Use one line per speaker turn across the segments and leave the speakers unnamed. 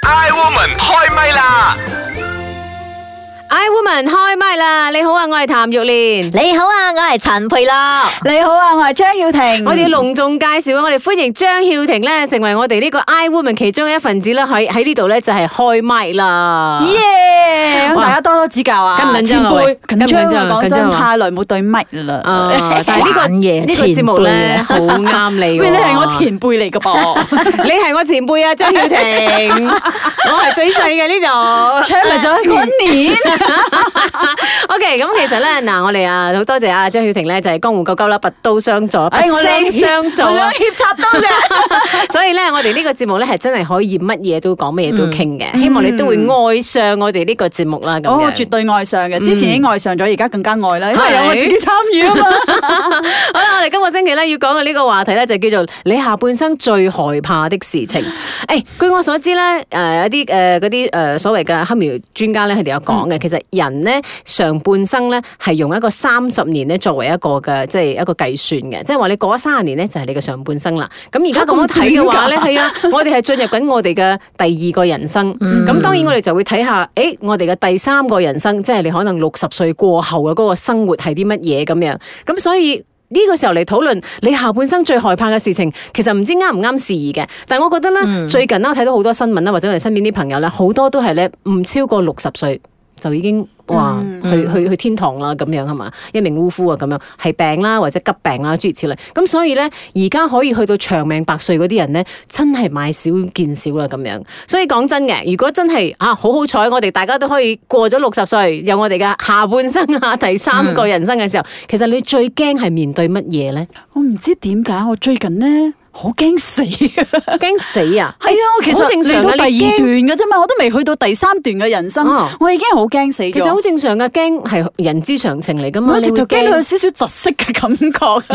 Iwoman 開唛啦！
I woman 開唛啦！你好啊，我係譚玉蓮。
你好啊，我係陳佩 樂。
你好啊，我係張曉婷。
我哋要隆重介紹啊！我哋歡迎張曉婷咧，成為我哋呢個 I woman 其中嘅一份子啦。喺喺呢度咧就係開唛啦。
耶！咁
哇
大家多多指教啊，
緊唔緊張啊喂
前輩
緊唔緊張啊
緊張啊講
緊張
真，
啊
太耐冇對咪啦。
啊！但係呢個
玩嘢
呢個
前
節目
輩
咧
啊
好啱你。
喂，你係我，前輩嚟噶噃，
你係我前輩啊，張曉 婷。我係最細嘅呢度。
搶埋咗 嗰年。
O K，咁其實咧，嗱，我哋啊好多謝啊張曉婷咧，就係江湖救急啦，拔刀相助，拔 聲相助
我
啊
兩。協插刀嘅。
所以咧，我哋呢個節目咧係真係可以乜嘢都講，乜嘢都
嗯
傾嘅。希望你都會愛上我哋呢個節目啦。 咁
哦，
樣
絕對愛上嘅，之前已經愛上咗，而家更加愛啦，因為有我自己參與啊嘛。
好啦，我哋今個星期咧要講嘅呢個話題咧就叫做你下半生最害怕的事 情。誒、據我所知咧，誒、有啲誒嗰啲誒所謂嘅黑苗專家咧，佢哋有講
嗯
嘅，其實人咧上半生咧係用一個三十年咧作為一個嘅即係一個計算嘅，即係話你過咗三十年咧就係你嘅上半生啦。咁而家咁樣睇嘅話咧，係啊，我哋係進入緊我哋嘅第二個人生。咁、當然我哋就會睇下，誒、我哋嘅第三個人生，即係你可能六十歲過後嘅嗰個生活係啲乜嘢咁樣。咁所以。呢個時候嚟討論你下半生最害怕嘅事情，其實唔知啱唔啱事宜嘅。但係我覺得咧，最近啦，我睇到好多新聞啦，或者我哋身邊啲朋友咧，好多都係咧唔超過六十歲就已經哇、去去去天堂啦咁樣係嘛，一命嗚呼啊咁樣，係病啦或者急病啦諸如此類。咁所以咧，而家可以去到長命百歲嗰啲人咧，真係買少見少啦咁樣。所以講真嘅，如果真係啊好好彩，我哋大家都可以過咗六十歲，有我哋嘅下半生啊第三個人生嘅時候，其實你最驚係面對乜嘢咧？
我唔知點解，我最近咧好 驚死
驚死啊！
係啊，我其
好
實
正常
嚟
㗎
到第
你
二
驚
段嘅啫嘛，我都未去到第三段嘅人生
啊，
我已經好驚死
其實好
咗。
正常嘅，驚係人之常情嚟噶嘛。
我直
你會
頭啊驚到 有少少窒息嘅感 覺。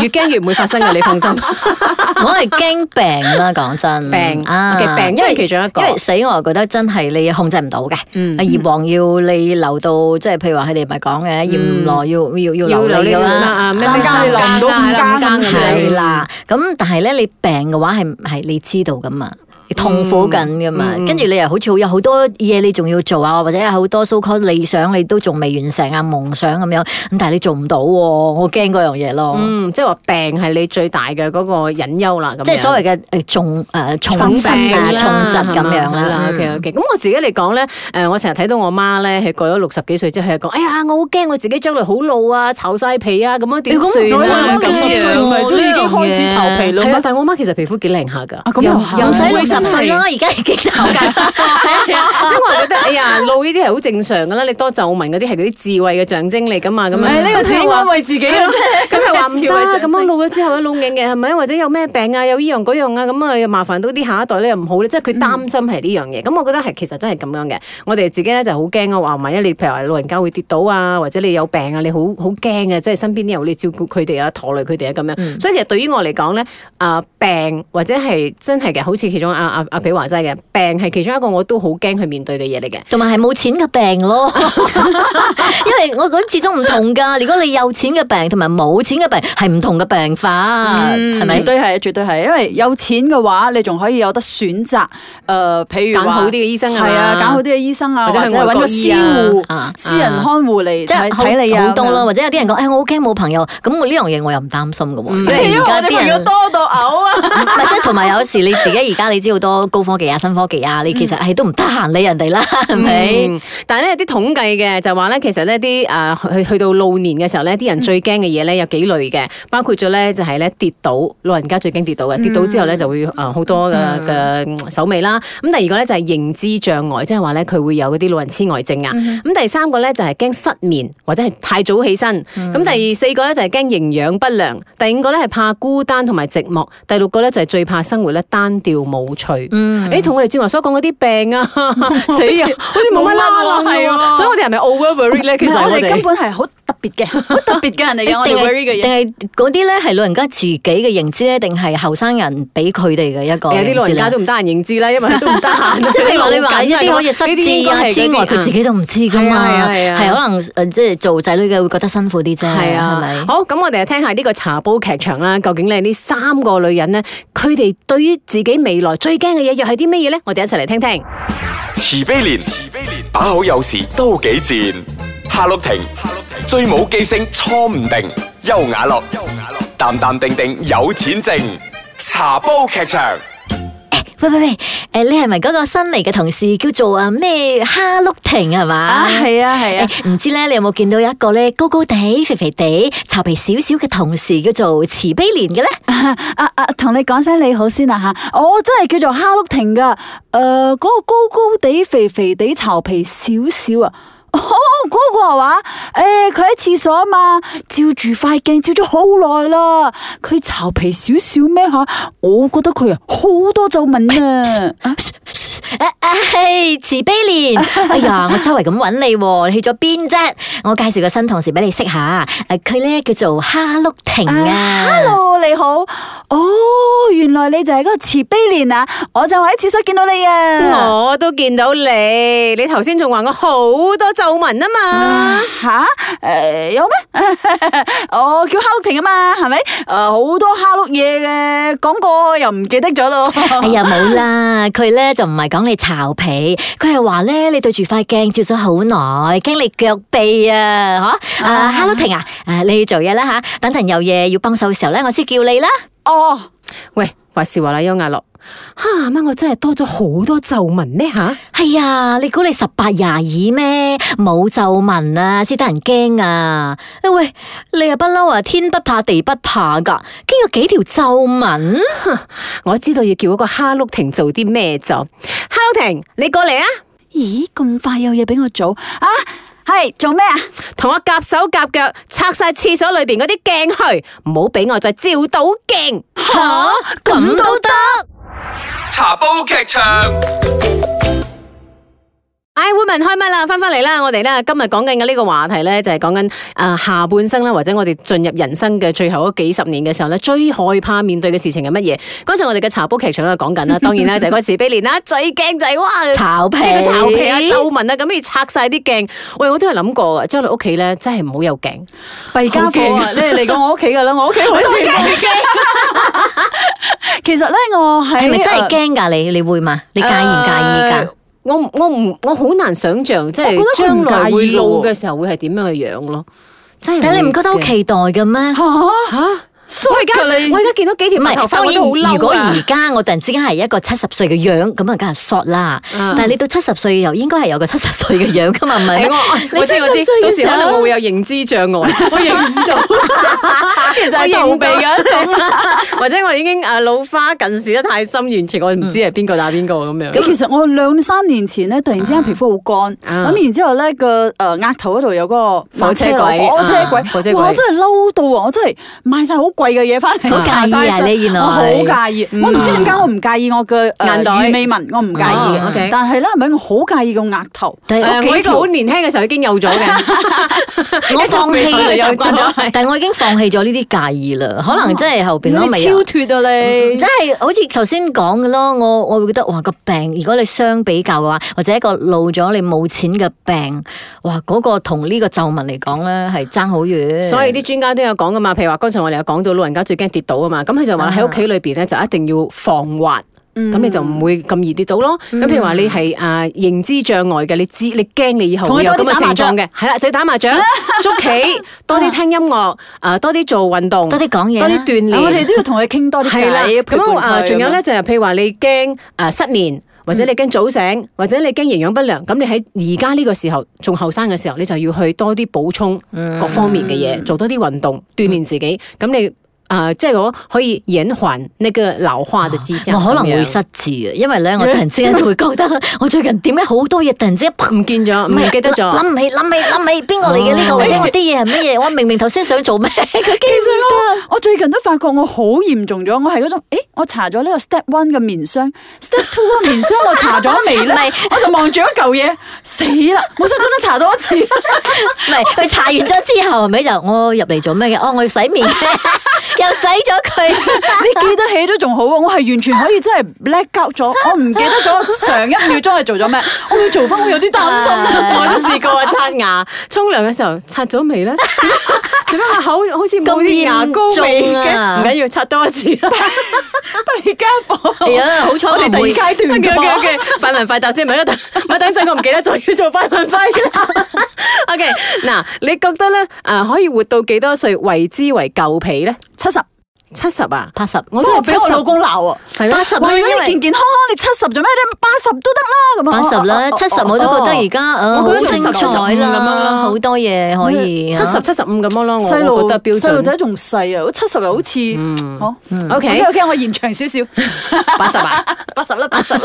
啊
越驚越唔會發生嘅，你放心。
我係驚病啦，講真，
病，OK，病
因
都
為
係其中一個
嗯啊因為死我又覺得真係你控制唔到嘅，
嗯
啊閻王要你留到即係譬如話佢哋咪講嘅，閻羅要要
嗯要
留
留
你
你
㗎
先啦
啦。
啊，咩
三
咩
更
三
你留唔到
更啊
五更
五更
咁
咁
係
樣
啦，咁但係咧，你病嘅話係係你知道噶嘛，你痛苦緊噶嘛，
嗯嗯
跟住你又好似好有好多嘢你仲要做啊，或者有好多 so called 理想你都仲未完成啊，夢想咁樣，咁但係你做唔到喎，我驚嗰樣嘢咯。
嗯，即係話病係你最大嘅嗰個隱憂啦，咁樣
即係所謂嘅誒重誒重
重
病
病
啊、
啦
重疾咁樣
係
啦。
OK
嗯
OK，咁我自己嚟講咧，誒，我成日睇到我媽咧，係過咗六十幾歲之後，佢講：哎呀，我好驚我自己將來好老啊，炒晒皮啊，咁樣點
咁
算
唔會
啊？
啦
咁
咁
樣
十歲
咪都已經開始
樣嘢
籌皮
係啊
咯，。
但係我媽其實皮膚幾靚下㗎，
啊咁又係
又唔使
唔會
六十歲啦，，而家已經就緊。 係啊
即係我係覺得，哎呀，老呢啲係好正常㗎啦，你多皺紋嗰啲係嗰啲智慧嘅象徵嚟㗎嘛，咁樣
誒呢個自己安慰自己啊嘅啫。
咁 係話唔
智慧象
得，啊
徵
咁樣老咗之後咧，老硬嘅係咪？或者有咩病啊，有依樣嗰樣啊，咁啊又麻煩到啲下一代咧，又唔好咧。即係
嗯
佢擔心係呢樣嘢。咁、我覺得係其實真係咁樣嘅。我哋自己咧就好驚啊，話萬一你譬如話老人家會跌倒啊，或者你有病啊，你好好驚啊，即係身邊啲人會照顧佢哋啊，拖累佢哋啊咁樣。
嗯
所以其實對於我嚟講咧，啊、病或者係真係嘅，好似其中阿啊阿阿比華齋嘅病係其中一個我都好驚去面對嘅嘢嚟嘅。
同埋係冇錢嘅病 咯，因為我覺得始終唔同㗎。如果你有錢嘅病同埋冇錢嘅病係唔同嘅病法，係咪
嗯絕？對係，絕對係，因為有錢嘅話，你仲可以有得選擇。誒、呃譬如
揀
話
好啲嘅醫生啊
係啊，
嘛
揀好啲嘅醫生啊，
或
或
者
者
去外
揾
國
個私
醫啊
護、
啊
私人看護嚟
即係
睇睇你啊，
好多
咁樣
咯，。或者有啲人講，哎誒我 OK 冇朋友，咁我呢樣嘢我又唔擔心嘅喎，因
嗯 因
為
為
而
啊我
家
哋
啲
朋友
人。
多到嘔 啊！
唔係，即係同埋有時你自己而家你知好多高科技啊、新科技啊，你其實
嗯
係都唔得閒理人哋啦，係咪？
嗯但係咧有啲統計嘅就話咧，其實呢啲誒去去到老年嘅時候咧，啲人最驚嘅嘢咧有幾類嘅，包括咗咧就係咧跌倒，老人家最驚跌倒嘅，跌倒之後咧就會誒好多嘅嘅手尾啦。咁第二個咧就係認知障礙，即係話咧佢會有嗰啲老人痴呆症
嗯
啊。咁第三個咧就係驚失眠或者係太早起身。咁第四個咧就係驚營養不良，第五個咧係怕孤單同埋寂寞，第六個咧就係最怕生活咧單調冇趣。
嗯哎
誒，同我哋正話所講嗰啲病 啊，死啊，好似冇乜啦啦
冇
啊
乜啦
喎。
喎
所以我哋係咪 over worry 咧？其實
我
我
哋根
哋
本係好特別嘅，好特別嘅人
啊
嚟
定
嘅，我哋 worry
係定
嘅嘢。
係嗰啲咧係老人家自己嘅認知咧，定係後生人俾佢哋嘅一個
啊有啲老人家
哦認
都
知呢
唔得啊閒認知啦，因為佢都唔得閒。
即係譬如話你
老
話
緊
一啲可以失
呢啲應
智
該
啊
係
之外，
嗰啲
佢自己都唔知噶
係啊
嘛，
係啊
係可能誒即係做仔女嘅會覺得辛苦啲啫，
係
係咪
啊，？好咁，我哋就聽下呢個茶煲劇場啦。究竟咧呢三個女人咧，佢哋對於自己未來最最驚嘅嘢又係啲咩嘢咧？我哋一齊嚟聽聽。
慈悲蓮，慈悲蓮，把口有時都幾賤。夏綠庭，夏綠庭，最冇記性錯唔定。優雅樂，優雅樂，淡淡定定有錢剩。茶煲劇場。
喂喂喂，诶，你係咪嗰個新嚟嘅同事叫做啊咩哈碌婷係嘛？
啊，系啊，系啊，
誒唔知咧，你有冇見到有一個咧高高地、肥肥地、巢皮少少嘅同事叫做慈悲蓮嘅咧？
啊啊，同你講聲你好先啦吓，我真係叫做哈碌婷噶，诶，嗰個高高地、肥肥地、巢皮少少啊。 哦，嗰、個係嘛？诶，佢喺廁所啊嘛，照住塊鏡照咗好耐啦。佢巢皮少少咩吓？我覺得佢啊好多皺紋啊。啊
啊啊嘿，慈悲蓮，哎呀，我周圍咁揾你喎，你去咗邊啫？我介紹個新同事俾你識下，诶，佢咧叫做哈碌婷啊。
哎 Hello，你好。哦，原來你就係嗰個慈悲蓮啊！我就喺廁所見到你啊。
我都見到你，你頭先仲話我好多皺紋啊嘛。
吓？诶、有 咩？我叫哈碌婷啊嘛，係咪？诶、好多哈碌嘢嘅，講過又唔記得咗咯。
哎呀，冇啦，佢咧就唔係講你巢皮，佢係話咧你對住塊鏡照咗好耐，驚你腳痹啊，吓啊
啊
，Hello 婷啊，啊你去做嘢啦吓，等陣有嘢要幫手嘅時候咧，我先叫你啦。
哦，
喂，話是話啦，邱亞樂，吓乜我真係多咗好多皺紋呢吓？
哎呀，你估你十八廿二咩？冇皺紋啊，先得人驚啊！哎喂，你又不嬲啊，天不怕地不怕噶，經過幾條 皺紋？
我知道要叫嗰個哈碌婷做啲咩就，哈碌婷，你過嚟啊，
咦，咁快有嘢俾我做啊？係做咩啊？
同我夾手夾腳拆晒廁所裏边嗰啲鏡去，唔好俾我再照到鏡。
吓，咁都得？
茶煲劇場。
I woman 開唛啦，翻返嚟啦，我哋咧今日講緊嘅呢個話題咧，就係講緊诶啊下半生啦，或者我哋進入人生嘅最後嗰幾十年嘅時候咧，最害怕面對嘅事情係乜嘢？剛才我哋嘅茶煲劇場咧講緊 啦，當然啦就係嗰個慈悲蓮啦，最驚就係哇
巢皮
呢個巢皮 啊、皺紋啊，咁要拆晒啲鏡。喂，我都有諗過啊，將你屋企咧真係唔好有鏡。
弊家伙啊！你嚟過我屋企噶啦，我屋企好似。其實咧，我喺
係咪真係
呃
驚㗎？你你會嘛？你介唔介意㗎？
誒呃我唔我唔我好難想像，即係
我覺得佢
將
唔
來會
介意
老
㗎喎
嘅時候會係點樣嘅樣咯。真係
但你唔
會
覺得好
嘅
期待嘅咩？
吓
嚇
衰㗎你
我而家見到幾條
唔
白頭
係，
髮，
當
我
然
都好嬲
如果
啊
而家我突然之間係一個七十歲嘅樣，咁啊梗係 short 啦。
嗯
但係你到七十歲又應該係有個七十歲嘅樣㗎嘛，唔係咩
係？我我知
你
我知
真係，
到
需
時
要
可能
想
我會有認知障礙， 我認唔到，其實
係逃避嘅
一種， 或者我已經誒老花近視得太深，完全我唔知係邊個打邊個咁樣。
咁其實我兩三年前咧，突然之間皮膚好乾，咁、
啊
然之後咧個誒額頭嗰度有嗰個
火車軌
火哦車
啊火車軌
軌，哇！我真係嬲到啊！我真係買晒好貴嘅嘢翻嚟，
好介意啊
搽晒上
你原來
我好介意，我唔知點解我唔介意我嘅
嗯眼袋
誒魚尾紋，我唔介意
哦，OK
嘅，但係咧係咪我好介意個額頭？
但係
誒呃我呢個好年輕嘅時候已經有咗嘅，
我放棄
咗，有慣咗係。
但係我已經放棄咗呢啲介意啦，可能真係後邊咯，
你
咪
超
有。
脱啊你！
嗯
真係好似頭先講嘅咯，我我會覺得哇個病，如果你相比較嘅話，或者一個老咗你冇錢嘅病，哇嗰、個同呢個皺紋嚟講咧係爭好遠。
嗯
所以啲專家都有講噶嘛，譬如話剛才我哋有講到老人家最驚跌倒啊嘛，咁佢就話喺屋企裏邊咧就一定要防滑。
嗯
咁你就唔會咁易跌倒咯。咁譬如話你係啊認知障礙嘅，你知你驚你以後會有咁
同佢多
嘅
啲
情
打
況嘅，係啦，就要打麻 雀、捉棋，多啲聽音樂，啊多啲做運動，
多啲講嘢
多
啦
啲鍛
啊我
鍊
哋。都要同佢傾多啲
係啦，
偈，
咁
咁
啊，仲有咧就係譬如話你驚啊失眠，或者你驚早
嗯
醒，或者你驚營養不良，咁你喺而家呢個時候仲後生嘅時候，你就要去多啲補充
嗯
各方面嘅嘢，做多啲運動，鍛鍊自己，咁你。啊、即係我可以延緩呢個老化嘅跡象。
我嗯哦可能
咁樣
會失智啊，因為咧我突然之間會覺得我最近點解好多嘢突然之間砰
唔見咗，唔記得咗。啊
諗唔起諗起諗起邊個嚟嘅呢個，
哦
或者我啲嘢係乜嘢？我明明頭先想做咩？
其實我我最近都發覺我好嚴重咗，我係嗰種，誒，我搽咗呢個 step one 嘅棉霜，step two 嘅棉霜我搽咗未咧？我就望住嗰嚿嘢，死啦！我想咁樣搽多一次，
哦唔係佢查完咗之後，係咪就我入嚟做咩嘅？哦，我要洗面嘅。又洗咗佢。
你記得起都仲好喎，我係完全可以真係 black out 咗，我唔記得咗上一秒鐘係做咗咩，我要做翻，我有啲擔心啊。
我都試過啊，刷牙，沖涼嘅時候刷咗未咧？ 做咩個口好似冇啲牙膏味
咁嚴重
嘅？
啊
唔緊要，刷多一次啦。
第二間房，
哎 呀，好彩我
我哋
唔會
第二階 段啫
OK，OK，OK，
嘛。
快問快答先，唔 係等，唔係等陣，我唔記得咗要做快問快答。OK，嗱，你覺得咧，誒可以活到幾多歲為之為夠皮咧？
七十，
七十啊，
八十，
我
不
都
過
係
俾
70
我老公鬧啊。
係咩
八？十啦，
哇！如
因
果你健
為
健康康，你七十做咩咧？八十
八
都得啦，咁啊
十啦，
哦哦
七十
哦
我都覺得而家
我
嗯
覺
好
得
精
70咁
彩
樣
啦，
啦
好多嘢可以。
七十
啊
七十五咁樣咯，我
細
哦我
路
覺得標
細路
準嗯
仔。仲細啊，我七十又好似，好
O K，
OK，我延長 少少，
八十 啊。
八十啦，八十啦，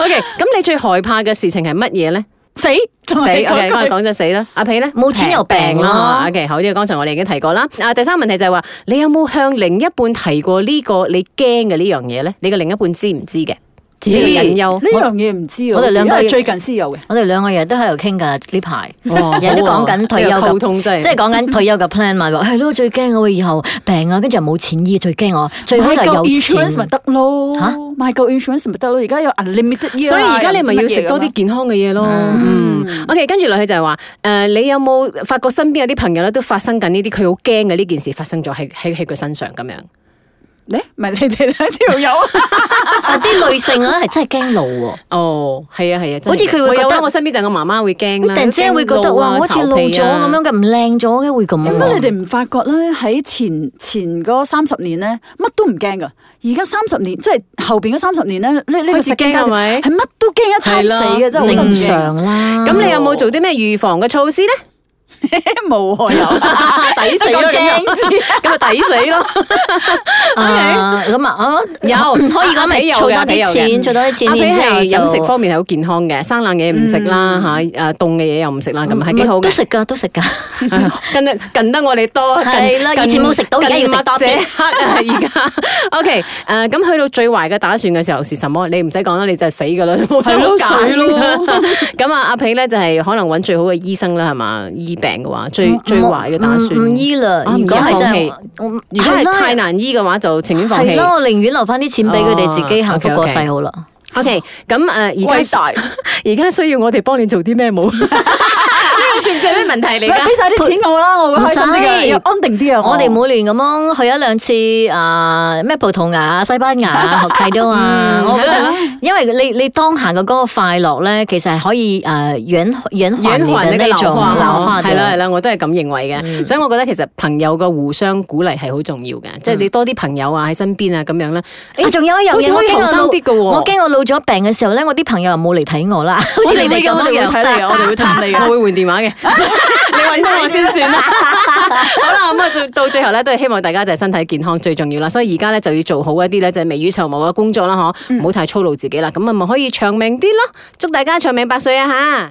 O K，咁你最害怕嘅事情係乜嘢咧？
死
死
仲
，OK，
係嗰
剛
句
才講咗死啦。阿皮咧，
冇錢又病咯
OK，好，呢個剛才我哋已經提過啦。啊，第三個問題就係話，你有冇向另一半提過呢個你驚嘅呢樣嘢咧？你嘅另一半知唔知嘅？
知
你嘅隱憂。
呢樣嘢唔知啊，
我哋兩個
因為
要
最近先有嘅。
我哋兩個日都喺度傾㗎呢排。
哇
人都講緊退休
哦呢個
嘅
溝通真係，
即係講緊退休嘅 plan 嘛，話係咯，最驚我會以後病啊，跟住又冇錢醫，最驚我最好就
買
係
夠
有
insurance
錢。
咪得咯
吓，
買夠 insurance 咪得咯，而家有 unlimited year
所以而家你咪
又
要
唔知乜嘢
食多
咁
啲
啊。
健康嘅嘢咯。嗯，OK，跟住落去就係話，誒，你有冇發覺身邊有啲朋友咧都發生緊呢啲，佢好驚嘅呢件事發生咗喺喺喺佢身上咁樣。
咧，唔係你哋兩 條友，
啊，啲女性啊係真係驚老喎，
哦，係啊係啊，真係
好似佢會
我有
覺得
啊我身邊就係我媽媽會驚
咁
啦，
突然之間會覺得
驚
哇，
啊
我好似老
巢
咗咁。樣
皮啊
嘅，唔靚咗嘅會咁
點解你
喎。
哋唔發覺咧？喺前前嗰三十年咧，乜都唔驚噶。而家三十年，即係後邊嗰三十年咧，呢呢個
開始
時間
驚係咪
係乜都驚一餐死嘅，真係好得
正
人驚
常啦，
咁你有冇做啲咩預防嘅措施咧？
無可有，
抵 死咯，咁
咁驚
就咁就抵死咯。
À, 啊咁啊，啊
有
可以
阿
咁咪
皮 有
儲多
嘅阿皮有嘅
啲錢，儲多啲
阿
錢，
比係
然之後
飲
就
食方面係好健康嘅，生冷嘢唔食啦嚇，誒凍嘅嘢嗯又唔食啦，咁啊係幾好
都
嘅。
食㗎，都食㗎。
近得近得我哋多，近
係啦
近
以前冇食到而家要食多啲
近墨者黑啊！而家 OK 誒，咁去到最壞嘅打算嘅時候是什麼？你唔使講啦，你就係死㗎啦，冇得
係咯
好揀
死咯。
咁啊，阿皮咧就係可能揾最好嘅醫生啦，係嘛？醫病嘅話，
嗯
最最壞嘅打算。
唔唔嗯醫啦。
啊
如果係真係
唔，
我
如果係
係啦
太難醫嘅話，就情願放
係
棄。
咯，我寧願留翻啲錢俾佢哋自己
哦
幸福過
OK，OK
世好啦。
OK，咁誒而
偉
家
大。
而家需要我哋幫你做啲咩冇？ 呢個算唔算咩問題嚟
你俾
㗎？
晒啲錢我啦，我會開心啲
唔使
嘅，又安定啲啊！
我哋每年咁樣去一兩次啊，咩葡萄牙、西班牙、學契都啊，我覺
係
得
啦，
因為你你當下嘅嗰個快樂咧，其實係可以誒延延緩你嘅呢種哦老化
係啦係
的。
啦，我都係咁認為
嗯
嘅，所以我覺得其實朋友嘅互相鼓勵係好重要嘅，即係你多啲朋友啊喺身邊啊咁樣啦。
啊
誒，
仲有一樣
好似
嘢，我
可以
驚
後生
我老
啲嘅喎
我驚我老咗病嘅時候咧，我啲朋友又冇嚟睇我啦，好似你哋咁樣樣。
睇你嘅，我哋會氹 你嘅，我會換電話嘅。你揾我先算啦。好啦，咁啊，最到最後咧，都係希望大家就係身體健康最重要啦。所以而家咧就要做好一啲咧就係未雨綢繆嘅工作啦，嗬，唔好太操勞自己啦。咁啊，咪可以長命啲咯。祝大家長命百歲啊吓！